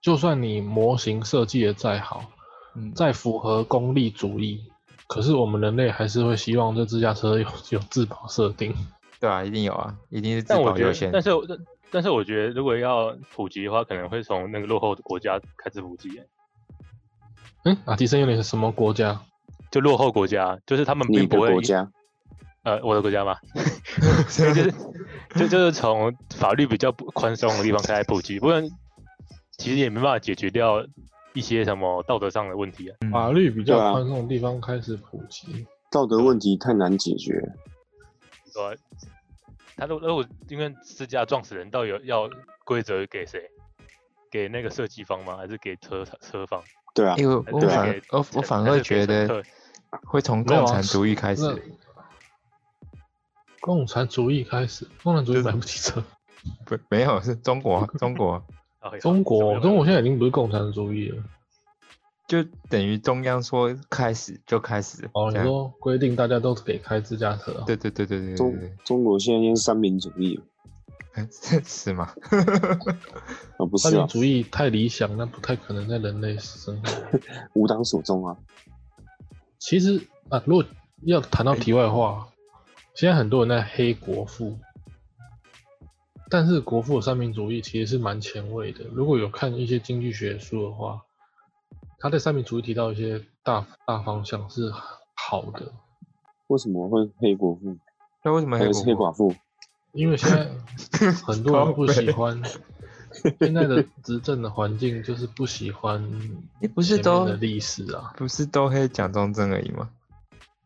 Speaker 1: 就算你模型设计的再好，
Speaker 3: 嗯，
Speaker 1: 再符合功利主义，可是我们人类还是会希望这自驾车有有自保设定。
Speaker 3: 对啊，一定有啊，一定是自
Speaker 4: 但我
Speaker 3: 保
Speaker 4: 觉
Speaker 3: 优
Speaker 4: 得，
Speaker 3: 先。
Speaker 4: 但是我但但是我觉得，如果要普及的话，可能会从那个落后的国家开始普及耶，
Speaker 1: 嗯，啊，提升有点什么国家？
Speaker 4: 就落后国家，就是他们
Speaker 2: 你
Speaker 4: 并
Speaker 2: 的
Speaker 4: 不会
Speaker 2: 国家，
Speaker 4: 呃，我的国家嘛，就是就就是从法律比较不宽松的地方开始普及，不然其实也没办法解决掉一些什么道德上的问题啊。
Speaker 1: 法律比较
Speaker 2: 对啊
Speaker 1: 宽松的地方开始普及，
Speaker 2: 道
Speaker 1: 嗯
Speaker 2: 德问题太难解决，
Speaker 4: 对吧，他如如果因为自驾撞死人，到底有要规则给谁？给那个设计方吗？还是给车车方？
Speaker 2: 对啊，
Speaker 3: 因为我
Speaker 4: 对
Speaker 3: 反
Speaker 4: 给
Speaker 3: 我我反
Speaker 4: 还
Speaker 3: 而
Speaker 4: 是给
Speaker 3: 觉
Speaker 4: 乘
Speaker 3: 得
Speaker 4: 客
Speaker 3: 会从
Speaker 1: 没有
Speaker 3: 共
Speaker 1: 啊
Speaker 3: 产主义开始，
Speaker 1: 那共产主义开始，共产主义买不起车。
Speaker 3: 不没有是中国啊中国
Speaker 4: 哦有
Speaker 1: 中国，中国现在
Speaker 4: 在
Speaker 1: 已经不是共产主义了。
Speaker 3: 就等于中央说开始就开始
Speaker 1: 哦，
Speaker 3: 这
Speaker 1: 你
Speaker 3: 样
Speaker 1: 说规定大家都可以开自驾车啊？
Speaker 3: 啊对对对对对对
Speaker 2: 中
Speaker 3: 对
Speaker 2: 中国现在先三民主义了
Speaker 3: 对， 是是吗？
Speaker 2: 啊，不
Speaker 1: 三
Speaker 2: 是
Speaker 1: 民
Speaker 2: 啊，
Speaker 1: 主义太理想，那不太可能在人类身上。
Speaker 2: 无党所宗啊，
Speaker 1: 其实啊，如果要谈到题外话，现在很多人在黑国父，但是国父的三民主义其实是蛮前卫的。如果有看一些经济学书的话，他在三民主义提到一些大大方向是好的，
Speaker 2: 为什么会黑国父？
Speaker 3: 那为什么
Speaker 2: 还
Speaker 3: 黑
Speaker 2: 是黑
Speaker 3: 寡妇？
Speaker 2: 寡妇？
Speaker 1: 因为现在很多人不喜欢现在的执政的环境，就是不喜欢
Speaker 3: 诶不
Speaker 1: 前
Speaker 3: 是
Speaker 1: 面
Speaker 3: 都
Speaker 1: 的历史啊。
Speaker 3: 不是都黑蒋中正而已吗？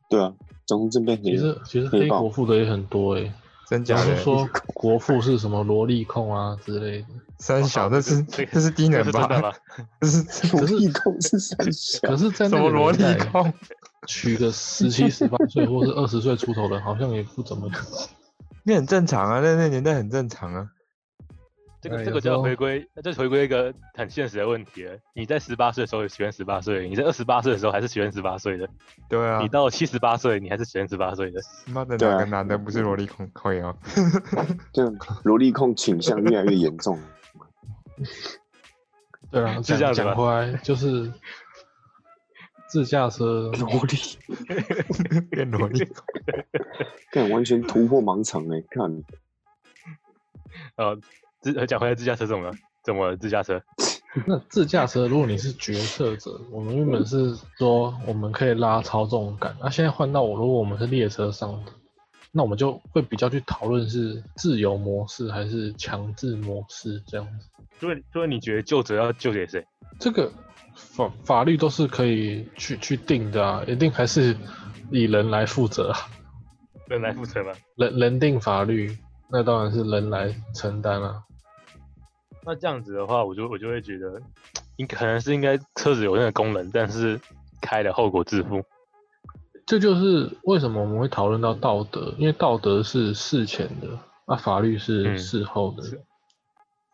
Speaker 2: 对啊，蒋中正被黑
Speaker 1: 其
Speaker 2: 了，
Speaker 1: 实其实
Speaker 2: 黑
Speaker 1: 黑
Speaker 2: 豹
Speaker 1: 国父的也很多诶、欸，
Speaker 3: 真假
Speaker 1: 假如
Speaker 3: 的？
Speaker 1: 说国父是什么萝莉控啊之类的，
Speaker 3: 三
Speaker 1: 啊
Speaker 3: 小，这是
Speaker 4: 这个
Speaker 3: 这是低能
Speaker 4: 是真的
Speaker 3: 吧？
Speaker 4: 吗？
Speaker 3: 这 是
Speaker 1: 可是
Speaker 2: 一共是三小
Speaker 1: 可，是，在
Speaker 3: 什
Speaker 1: 那个
Speaker 3: 么萝莉
Speaker 1: 年代，
Speaker 3: 控？
Speaker 1: 娶个十七、十八岁或是二十岁出头的，好像也不怎么可能。
Speaker 3: 那很正常啊，那那年代很正常啊。
Speaker 4: 这个
Speaker 1: 哎
Speaker 4: 这
Speaker 1: 有
Speaker 4: 个
Speaker 1: 时
Speaker 4: 就要
Speaker 1: 候
Speaker 4: 回归，那就回归一个很现实的问题了。你在十八岁的时候也喜欢十八岁，你在二十八岁的时候还是喜欢十八岁的，
Speaker 3: 对啊
Speaker 4: 你，到七十八岁你还是喜欢十八岁的。
Speaker 3: 妈的
Speaker 2: 对
Speaker 3: 哪
Speaker 2: 啊
Speaker 3: 个男的不是萝莉控可以哦？
Speaker 2: 对啊，萝莉控倾向越来越严重。
Speaker 1: 对啊，
Speaker 4: 是这样
Speaker 1: 讲
Speaker 4: 子吧
Speaker 1: 讲回来就是自驾车，
Speaker 2: 萝莉，
Speaker 3: 变萝莉控，
Speaker 2: 看完全突破盲场哎、看
Speaker 4: 呃，自呃讲回来自驾车怎么了怎么了自驾车？
Speaker 1: 那自驾车，如果你是决策者，我们原本是说我们可以拉操纵感，那、现在换到我，如果我们是列车上的，那我们就会比较去讨论是自由模式还是强制模式这样子。
Speaker 4: 如果你如果你觉得救责要救给谁？
Speaker 1: 这个法法律都是可以去去定的啊，一定还是以人来负责啊，
Speaker 4: 人来负责吗？
Speaker 1: 人人定法律，那当然是人来承担啊。
Speaker 4: 那这样子的话，我就我就会觉得，应可能是应该车子有那个功能，但是开了后果自负。
Speaker 1: 这就是为什么我们会讨论到道德，因为道德是事前的，那、法律是
Speaker 4: 嗯
Speaker 1: 事后的。
Speaker 4: 是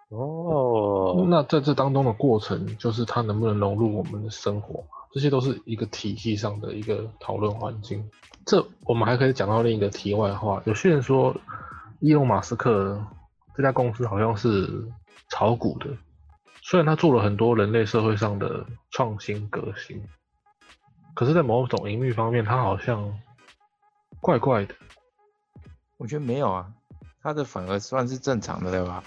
Speaker 4: 哦，
Speaker 1: 那在这当中的过程，就是它能不能融入我们的生活嘛，这些都是一个体系上的一个讨论环境。这我们还可以讲到另一个题外话，有些人说，伊隆马斯克这家公司好像是炒股的，虽然他做了很多人类社会上的创新革新，可是，在某种盈利方面，他好像怪怪的。
Speaker 3: 我觉得没有啊，他的反而算是正常的了吧？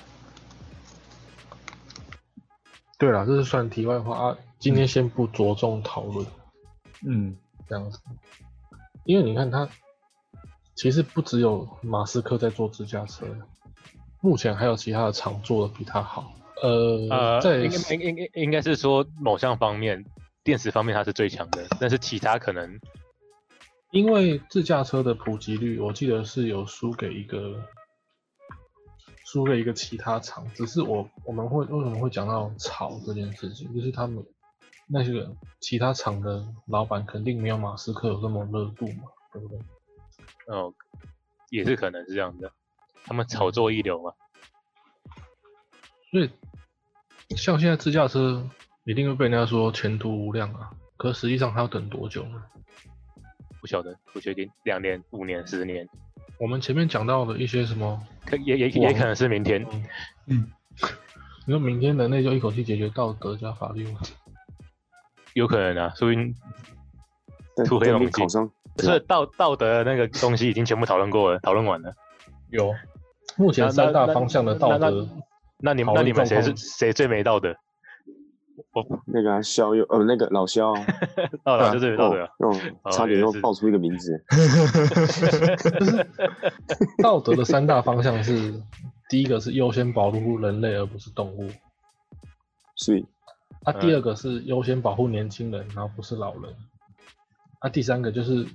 Speaker 1: 对啦，这是算题外话啊，今天先不着重讨论。
Speaker 3: 嗯，
Speaker 1: 这样子。因为你看他，其实不只有马斯克在做自驾车，目前还有其他的厂做的比他好。呃，
Speaker 4: 呃，
Speaker 1: 在
Speaker 4: 应该应应应该是说某项方面，电池方面它是最强的，但是其他可能
Speaker 1: 因为自驾车的普及率，我记得是有输给一个输给一个其他厂，只是我我们会为什么会讲到炒这件事情，就是他们那些个其他厂的老板肯定没有马斯克有这么热度嘛，对不对？
Speaker 4: 哦、也是可能是这样的，他们炒作一流嘛。
Speaker 1: 所以像现在自驾车一定会被人家说前途无量啊，可实际上它要等多久呢？
Speaker 4: 不晓得，我觉得两年、五年、十年，
Speaker 1: 我们前面讲到的一些什么，
Speaker 4: 可也也
Speaker 1: 哇
Speaker 4: 也可能是明天。
Speaker 1: 你说明天人类就一口气解决道德加法律问题，
Speaker 4: 有可能啊，说不定
Speaker 2: 但
Speaker 4: 涂黑
Speaker 2: 但
Speaker 4: 龙
Speaker 2: 没
Speaker 4: 筋
Speaker 2: 考上，
Speaker 1: 啊
Speaker 4: 所以道道德的那个东西已经全部讨论过了，讨论完了。
Speaker 1: 有目前
Speaker 4: 那
Speaker 1: 三大
Speaker 4: 那
Speaker 1: 方向的道
Speaker 4: 那
Speaker 1: 德，
Speaker 4: 那你们
Speaker 1: 讨
Speaker 4: 那
Speaker 1: 论
Speaker 4: 你们谁
Speaker 1: 状
Speaker 4: 是
Speaker 1: 况
Speaker 4: 谁最没道德？
Speaker 2: 那个啊肖又呃那个老肖啊，
Speaker 3: 对
Speaker 4: 道德
Speaker 1: 嗯
Speaker 3: 啊
Speaker 4: 就最没
Speaker 2: 哦
Speaker 4: 道德啊。
Speaker 2: 哦，
Speaker 4: 哦
Speaker 2: 差点
Speaker 4: 原来
Speaker 2: 又
Speaker 4: 是
Speaker 2: 爆出一个名字，
Speaker 1: 道德的三大方向是，第一个是优先保护人类而不是动物，
Speaker 2: 所以
Speaker 1: 啊，
Speaker 4: 嗯
Speaker 1: 第二个是优先保护年轻人，然后不是老人。啊，第三个就是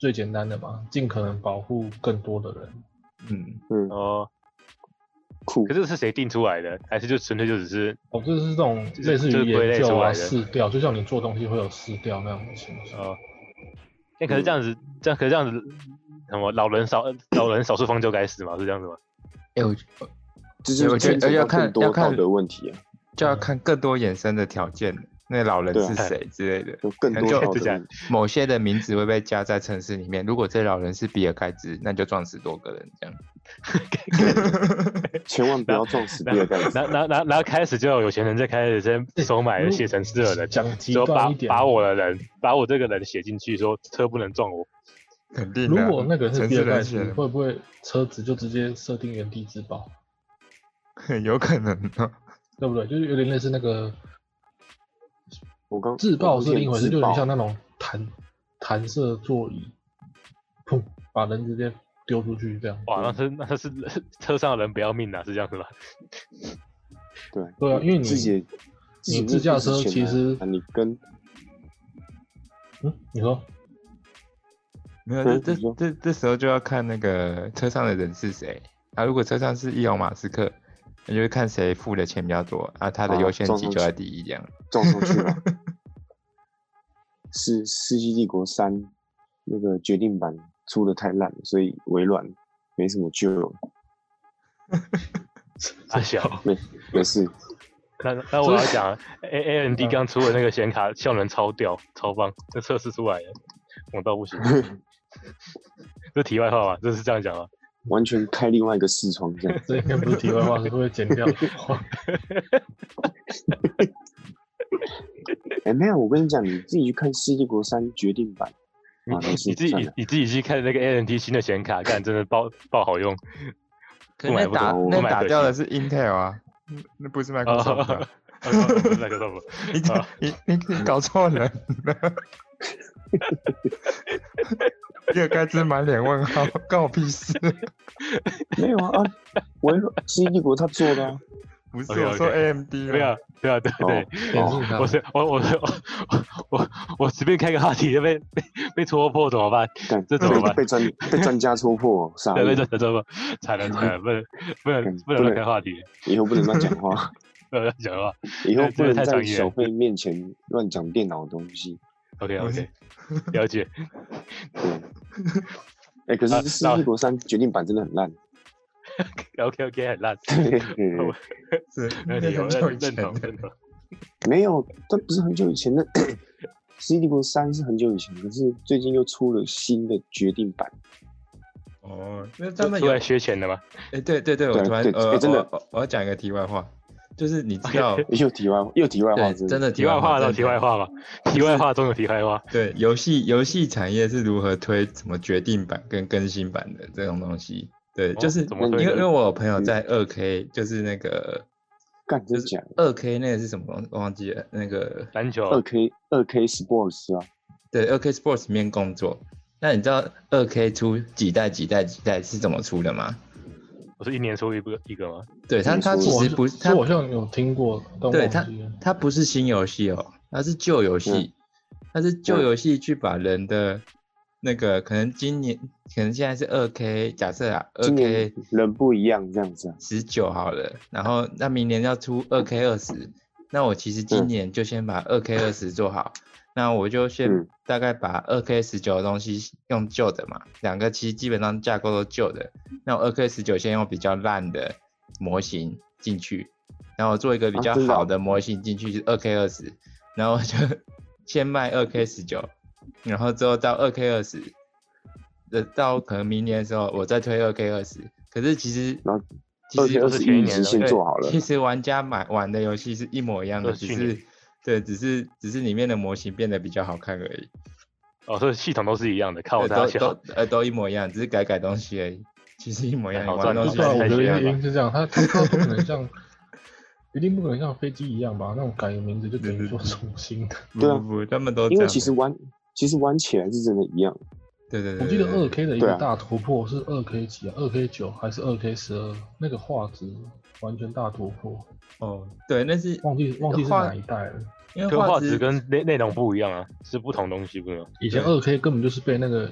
Speaker 1: 最简单的嘛，尽可能保护更多的人。
Speaker 3: 嗯，
Speaker 2: 嗯，
Speaker 4: 哦，
Speaker 2: 酷
Speaker 4: 可，是这是谁定出来的？还是就纯粹就只是
Speaker 1: 哦，这是这种
Speaker 4: 就是
Speaker 1: 类似
Speaker 4: 就是
Speaker 1: 于
Speaker 4: 归类
Speaker 1: 研究
Speaker 4: 出来
Speaker 1: 啊、
Speaker 4: 的
Speaker 1: 试调，就像你做东西会有试调那样的情形。
Speaker 4: 哦？那、可是这样子，
Speaker 1: 嗯
Speaker 4: 这样可是这样子，什么老人少老人少数方就该死嘛？是这样子吗？
Speaker 3: 哎、我
Speaker 2: 这
Speaker 3: 我
Speaker 2: 就
Speaker 3: 觉得
Speaker 2: 牵扯
Speaker 3: 要
Speaker 2: 到
Speaker 3: 看
Speaker 2: 更多
Speaker 3: 要
Speaker 2: 道
Speaker 3: 看
Speaker 2: 德问题啊，
Speaker 3: 就
Speaker 1: 嗯
Speaker 3: 要看更多衍生的条件，那老人
Speaker 2: 对啊
Speaker 3: 是谁之类的。
Speaker 2: 有更
Speaker 3: 可
Speaker 2: 多
Speaker 3: 能就
Speaker 2: 道
Speaker 4: 就
Speaker 2: 德
Speaker 4: 这样
Speaker 2: 问题。
Speaker 3: 某些的名字会被加在城市里面。如果这老人是比尔盖茨，那就撞死多个人这样。
Speaker 2: 千万不要撞死
Speaker 4: 然
Speaker 2: 比
Speaker 1: 啊
Speaker 4: 后
Speaker 2: 尔盖茨
Speaker 4: 然。后然后然后然后开始就有有钱人在开始先收买
Speaker 1: 如
Speaker 4: 写成是的人，
Speaker 1: 讲极
Speaker 4: 就把
Speaker 1: 端一点，
Speaker 4: 把我的人把我这个人写进去，说车不能撞我。
Speaker 3: 肯定
Speaker 1: 如
Speaker 3: 的啊、
Speaker 1: 果那个人是
Speaker 3: 城
Speaker 1: 比
Speaker 3: 市
Speaker 1: 尔盖
Speaker 3: 人
Speaker 1: 茨，
Speaker 3: 选，
Speaker 1: 会不会车子就直接设定原地自保？
Speaker 3: 有可能哦。
Speaker 1: 对不对？就是有点类似那个
Speaker 2: 我刚
Speaker 1: 自爆是另一回事，就有点像
Speaker 2: 那
Speaker 1: 那种弹弹射座椅，砰，把人直接丢出去这样。
Speaker 4: 哇，那是那是车上的人不要命啊，是这样子吗？
Speaker 2: 对
Speaker 1: 对啊因为你
Speaker 2: 自己己
Speaker 1: 你自驾车
Speaker 2: 自己
Speaker 1: 其实
Speaker 2: 钱啊你跟
Speaker 1: 嗯，你说
Speaker 3: 没有，
Speaker 2: 嗯
Speaker 3: 这
Speaker 2: 你
Speaker 3: 这
Speaker 2: 说
Speaker 3: 这这时候就要看那个车上的人是谁啊。如果车上是伊隆马斯克，那就是看谁付的钱比较多啊，他的
Speaker 2: 啊
Speaker 3: 优先
Speaker 2: 撞
Speaker 3: 级
Speaker 2: 上
Speaker 3: 就在
Speaker 2: 去
Speaker 3: 第一这样。
Speaker 2: 撞上 去了。是《世纪帝国三》那个决定版出的太烂了，所以微软没什么救了。
Speaker 4: 阿
Speaker 1: 啊
Speaker 4: 小，
Speaker 2: 没没事，
Speaker 4: 那那我要讲，A A N
Speaker 2: 嗯
Speaker 4: D 刚出的那个显卡效能超屌，超棒，这测试出来的，猛 到不行。这题外话嘛，这是这样讲啊吗？
Speaker 2: 完全开另外一个视窗这样。
Speaker 1: 这应该不是题外话，是会剪掉。
Speaker 2: 哎、没有，我跟你讲，你自己去看《世纪帝国三》决定版。
Speaker 4: 你
Speaker 2: 啊没事
Speaker 4: 你自己
Speaker 2: 算
Speaker 4: 你
Speaker 2: 了
Speaker 4: 你自己去看那个 A N T 新的显卡，看真的爆爆好用。
Speaker 3: 可
Speaker 4: 不买
Speaker 3: 那
Speaker 4: 不哦
Speaker 3: 打
Speaker 2: 懂
Speaker 3: 那
Speaker 2: 不
Speaker 4: 买
Speaker 3: 打
Speaker 4: 可
Speaker 3: 掉
Speaker 4: 惜
Speaker 3: 的是 Intel 啊，嗯那不是 Microsoft 啊、
Speaker 4: 啊不是那个什么
Speaker 3: 你这
Speaker 4: 啊
Speaker 3: 你你你搞错人了。比尔盖茨满脸问号，关我屁事。
Speaker 2: 没有啊啊，微软《世纪帝国》他做的啊。
Speaker 3: 不 是
Speaker 4: OK，OK
Speaker 3: 我说 AMD
Speaker 4: 对啊
Speaker 3: 啊，
Speaker 4: 对啊对
Speaker 2: 哦
Speaker 4: 对，
Speaker 1: 严肃他
Speaker 4: 我是我我我我我随便开个话题就被被被戳破怎么办？
Speaker 2: 干
Speaker 4: 这怎么
Speaker 2: 被
Speaker 4: 办
Speaker 2: 被专被专家戳破，傻
Speaker 4: 对
Speaker 2: 眼
Speaker 4: 对对对对，惨了惨了，不能不能
Speaker 2: 嗯
Speaker 4: 不
Speaker 2: 不
Speaker 4: 能乱
Speaker 2: 能
Speaker 4: 开话题，
Speaker 2: 以后不能乱讲 话，
Speaker 4: 不能乱讲话。
Speaker 2: 以后
Speaker 4: 这
Speaker 2: 不
Speaker 4: 个
Speaker 2: 能
Speaker 4: 太
Speaker 2: 在
Speaker 4: 专业
Speaker 2: 小费面前乱讲电脑的东西。
Speaker 4: OK
Speaker 3: 我是
Speaker 4: OK，了解。
Speaker 2: 对，哎、可是
Speaker 4: 啊
Speaker 2: 《世
Speaker 4: 那
Speaker 2: 纪帝国三》决定版真的很 烂。
Speaker 4: OK OK 很烂，
Speaker 2: 对，
Speaker 3: 是那
Speaker 4: 没问题，
Speaker 3: 很
Speaker 4: 我
Speaker 3: 久
Speaker 4: 认
Speaker 3: 以
Speaker 4: 认
Speaker 3: 前
Speaker 4: 同
Speaker 3: 的
Speaker 4: 认。同。
Speaker 2: 没有，它不是很久以前的，《世纪帝国三》是很久以前，可是最近又出了新的决定版。
Speaker 3: 哦，那 他
Speaker 4: 出
Speaker 3: 们有
Speaker 4: 来削钱的吗？
Speaker 3: 哎，对对对，我
Speaker 2: 对
Speaker 3: 突然
Speaker 2: 对
Speaker 3: 呃，
Speaker 2: 哎真的
Speaker 3: 我我我要讲一个题外话，就是你知道，
Speaker 2: 又题外又题外话，
Speaker 3: 对，真
Speaker 2: 的
Speaker 3: 的
Speaker 4: 题外话
Speaker 3: 真
Speaker 4: 到
Speaker 3: 的
Speaker 4: 题 外话嘛，题外话中有题外话。
Speaker 3: 对，游戏游戏产业是如何推什么决定版跟更新版的这种东西？对，
Speaker 4: 哦
Speaker 3: 就是
Speaker 4: 怎么
Speaker 3: 因为
Speaker 4: 推
Speaker 3: 因为
Speaker 4: 的
Speaker 3: 我有朋友在二 K，、就是那个
Speaker 2: 干
Speaker 3: 就
Speaker 2: 真
Speaker 3: 是
Speaker 2: 假的？
Speaker 3: 二 K 那个是什么东？我忘记了。那个
Speaker 4: 篮球
Speaker 3: 嗯
Speaker 2: 二 K 二 K Sports 啊，
Speaker 3: 对二 K Sports 里面工作。那你知道二 K 出几代几代几代是怎么出的吗？
Speaker 4: 不是一年出一个一个吗？
Speaker 3: 对它，
Speaker 2: 听
Speaker 3: 它其
Speaker 2: 说
Speaker 3: 实不，它
Speaker 1: 这我好像有听过，但
Speaker 3: 对
Speaker 1: 忘
Speaker 3: 他
Speaker 1: 记了。
Speaker 3: 它不是新游戏哦，它是旧游戏，它是
Speaker 2: 嗯
Speaker 3: 旧游戏去把人的那个可能今年可能现在是二 K，假设啊二
Speaker 2: 今
Speaker 3: K
Speaker 2: 年人不一样这样子啊。
Speaker 3: 十九好了，然后那明年要出二 K 二十，那我其实今
Speaker 2: 嗯
Speaker 3: 年就先把二 K 二十做好，那我就先
Speaker 2: 嗯
Speaker 3: 大概把二 K 十九的东西用旧的嘛，两个其实基本上架构都旧的，那我二 K 十九先用比较烂的模型进去，然后我做一个比
Speaker 2: 啊
Speaker 3: 较
Speaker 2: 真的
Speaker 3: 好
Speaker 2: 哦
Speaker 3: 的模型进去是二 K 二十，然后就 先卖二 K 十九，然后之后到二 K 二十，呃，到可能明年的时候我再推二 K 二十。可是其实，
Speaker 2: 然后
Speaker 3: 其实
Speaker 4: 都
Speaker 2: 二
Speaker 4: 是
Speaker 2: 十
Speaker 4: 前一
Speaker 2: 一
Speaker 4: 年的
Speaker 2: 直先
Speaker 3: 对
Speaker 2: 做好了
Speaker 3: 其，实玩家买玩的游戏是一模一样的，
Speaker 4: 都
Speaker 3: 只
Speaker 4: 是去
Speaker 3: 是
Speaker 4: 年
Speaker 3: 对，只是只是里面的模型变得比较好看而已，
Speaker 4: 哦，所以系统都是一样的，靠
Speaker 3: 对
Speaker 4: 大
Speaker 3: 都
Speaker 4: 小
Speaker 3: 都。呃都一模一样，只是改改东西而已。其实一模一样，
Speaker 4: 哎好
Speaker 3: 玩的东
Speaker 4: 赚哦
Speaker 3: 西
Speaker 1: 对啊，
Speaker 4: 太
Speaker 1: 我
Speaker 3: 还
Speaker 1: 觉
Speaker 3: 是
Speaker 1: 得
Speaker 3: 一
Speaker 1: 一
Speaker 3: 样
Speaker 1: 定
Speaker 3: 吧。
Speaker 1: 是这样，他他他不可能像，一定不可能像飞机一样吧？那种改个名字就等于做重新的。
Speaker 3: 不
Speaker 2: 对啊
Speaker 3: 不不，他们都
Speaker 2: 因
Speaker 3: 这
Speaker 2: 为
Speaker 3: 样
Speaker 2: 其实
Speaker 3: 的
Speaker 2: 玩其实玩起来是真的一样。
Speaker 3: 对对对，
Speaker 1: 我记得
Speaker 3: 对
Speaker 1: 二 K 的一
Speaker 2: 对
Speaker 1: 个
Speaker 2: 啊
Speaker 1: 大突破是二 K 几啊？二 K 九还是二 K 十二？那个画质完全大突破。
Speaker 3: 哦，对，那是
Speaker 1: 忘记忘记是
Speaker 3: 画
Speaker 1: 哪一代了。
Speaker 3: 因为
Speaker 4: 可画
Speaker 3: 画
Speaker 4: 质
Speaker 3: 质
Speaker 4: 跟内内容不一样啊，是不同东西，不是吗？
Speaker 1: 以前
Speaker 3: 对
Speaker 1: 二 K 根本就是被那个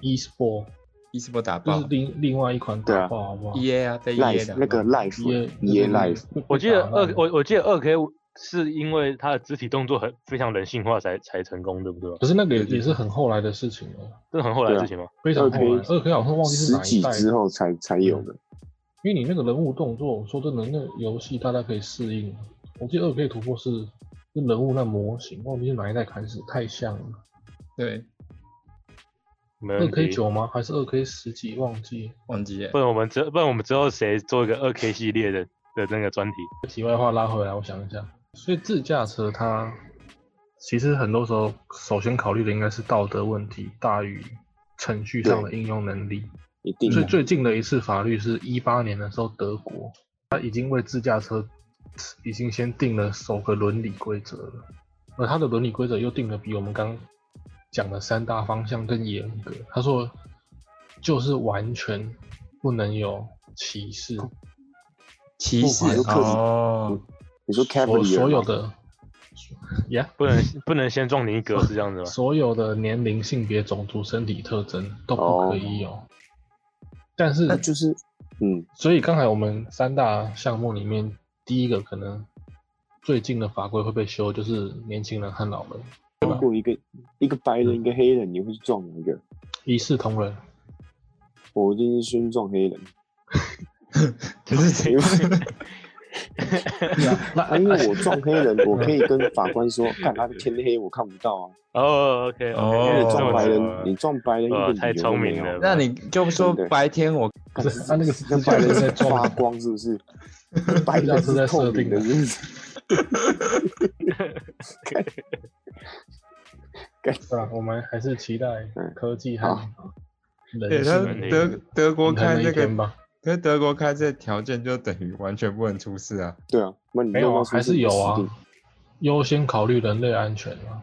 Speaker 1: eSport，
Speaker 3: e s p o 打
Speaker 1: 就
Speaker 3: 爆
Speaker 1: 是另另外一款
Speaker 2: 对
Speaker 1: 打
Speaker 2: 啊
Speaker 1: 爆，好不好
Speaker 3: EA 啊，在 EA
Speaker 2: ，Life
Speaker 3: 打
Speaker 2: 那个
Speaker 3: 爆
Speaker 2: Life
Speaker 1: EA
Speaker 2: EA Life，
Speaker 4: 我记得
Speaker 3: 啊嗯
Speaker 4: 二我我记得二 K 是因为它的肢体动作很非常人性化才才成功，对不对吧？
Speaker 1: 可是那个也
Speaker 3: 对对
Speaker 1: 也是很后来的事情了，
Speaker 4: 这是很后来
Speaker 2: 对
Speaker 4: 的
Speaker 2: 啊
Speaker 4: 事情吗？
Speaker 1: 非常后来。
Speaker 2: 2K
Speaker 1: 二 K 好像忘记是
Speaker 2: 十
Speaker 1: 哪一
Speaker 2: 几
Speaker 1: 代，
Speaker 2: 之后才才有的。
Speaker 1: 因为你那个人物动作，我说真的，那个游戏大家可以适应。啊我记得二 K 突破是是人物那模型，忘记是哪一代开始，太像了。
Speaker 3: 对，
Speaker 4: 没
Speaker 1: 二
Speaker 4: 问
Speaker 1: K
Speaker 4: 题。
Speaker 1: 九吗？还是二 K 十几？忘记。
Speaker 3: 忘记
Speaker 4: 不
Speaker 3: 了。
Speaker 4: 然我们之不然我们之后谁做一个二 K 系列的的那个专题？
Speaker 1: 题外话拉回来，我想一下，所以自驾车它其实很多时候首先考虑的应该是道德问题大于程序上的应用能力。
Speaker 2: 一定
Speaker 1: 所以
Speaker 2: 的，
Speaker 1: 最近的一次法律是一八年的时候，德国它已经为自驾车已经先定了首个伦理规则了，而它的伦理规则又定的比我们刚讲的三大方向更严格。他说，就是完全不能有歧视，
Speaker 3: 骑
Speaker 1: 不
Speaker 3: 士
Speaker 1: 管
Speaker 2: 是克己
Speaker 3: 哦，
Speaker 2: 你说 c a b r
Speaker 1: 所
Speaker 2: i
Speaker 1: 所有的呀。
Speaker 4: 不能不能先撞你一格是这样子吗？
Speaker 1: 所有的年龄、性别、种族、身体特征都不可以有。但是
Speaker 2: 哦那，就是嗯，
Speaker 1: 所以刚才我们三大项目里面，第一个可能最近的法规会被修，就是年轻人和老人
Speaker 2: 如果一个一个白人一个黑人，你会去撞哪一个？
Speaker 1: 一视同 仁。
Speaker 2: 我一定是先撞黑人，
Speaker 3: 就是
Speaker 2: 因为
Speaker 1: 那
Speaker 2: 啊因为我撞黑人，我可以跟法官说，看他天黑，我看不到啊。
Speaker 4: 哦，OK，
Speaker 3: 哦
Speaker 2: 因为
Speaker 3: 这
Speaker 2: 撞
Speaker 3: 么
Speaker 2: 白
Speaker 4: 人
Speaker 2: 人，你撞白人一
Speaker 4: 哇
Speaker 2: 个
Speaker 4: 太聪 明了
Speaker 3: 那你就说
Speaker 2: 真的
Speaker 3: 白天我
Speaker 1: 不是他那个
Speaker 2: 那
Speaker 1: 自
Speaker 2: 啊白
Speaker 1: 驾车
Speaker 2: 人 是
Speaker 1: 在
Speaker 2: 发
Speaker 1: 撞，
Speaker 2: 光是不 是？白
Speaker 1: 不知道
Speaker 2: 人
Speaker 1: 是在
Speaker 2: 是透
Speaker 1: 设
Speaker 2: 明
Speaker 1: 定
Speaker 2: 的，
Speaker 1: 的
Speaker 2: 是不是？
Speaker 1: 对吧？我们还是期待
Speaker 2: 嗯
Speaker 1: 科技和
Speaker 2: 好
Speaker 1: 人
Speaker 3: 对
Speaker 1: 性
Speaker 3: 他
Speaker 1: 的
Speaker 4: 得
Speaker 3: 德德国
Speaker 1: 平衡
Speaker 3: 开
Speaker 1: 的一
Speaker 3: 这
Speaker 1: 天
Speaker 3: 个，
Speaker 1: 吧。
Speaker 3: 可是德国开这个条件就等于完全不能出事啊。
Speaker 2: 对啊，那你
Speaker 1: 没有
Speaker 2: 弄
Speaker 1: 啊，
Speaker 2: 到
Speaker 1: 还
Speaker 2: 是
Speaker 1: 是
Speaker 2: 不
Speaker 1: 有啊
Speaker 2: 死定，
Speaker 1: 优先考虑人类安全啊，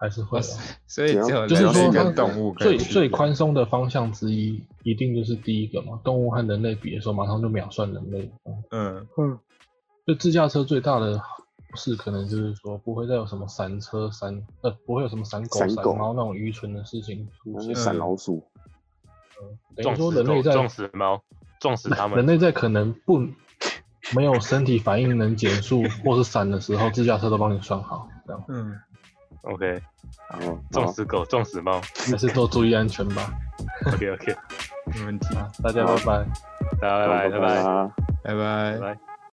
Speaker 1: 还是会、啊。
Speaker 3: 所以只有
Speaker 1: 就是
Speaker 3: 人类
Speaker 1: 说它
Speaker 3: 跟动物可以
Speaker 1: 最
Speaker 3: 区
Speaker 1: 最
Speaker 3: 别
Speaker 1: 宽松的方向之一，一定就是第一个嘛，动物和人类比的时候，马上就秒算人类。嗯
Speaker 3: 嗯，
Speaker 2: 嗯，
Speaker 1: 就自驾车最大的不是可能就是说不会再有什么闪车闪呃不会有什么闪狗
Speaker 2: 闪
Speaker 1: 闪
Speaker 2: 狗
Speaker 1: 猫那种愚蠢的事情出
Speaker 2: 然后
Speaker 1: 现
Speaker 2: 就。闪老鼠，
Speaker 1: 等
Speaker 4: 撞
Speaker 1: 于说
Speaker 4: 死
Speaker 1: 人类
Speaker 4: 狗，
Speaker 1: 在
Speaker 4: 撞死猫，撞死他
Speaker 1: 人
Speaker 4: 们。
Speaker 1: 类在可能不没有身体反应能减速或是闪的时候，自驾车都帮你算好，这样
Speaker 3: 嗯，
Speaker 4: OK，
Speaker 2: 然后
Speaker 4: 撞死狗，撞死猫。
Speaker 1: 还是多注意安全吧。
Speaker 4: OK OK，
Speaker 3: 没问题，
Speaker 1: 啊，大家
Speaker 2: 好
Speaker 1: 拜拜。
Speaker 4: 大家拜拜拜拜
Speaker 2: 拜。
Speaker 3: 拜拜
Speaker 4: 拜。拜。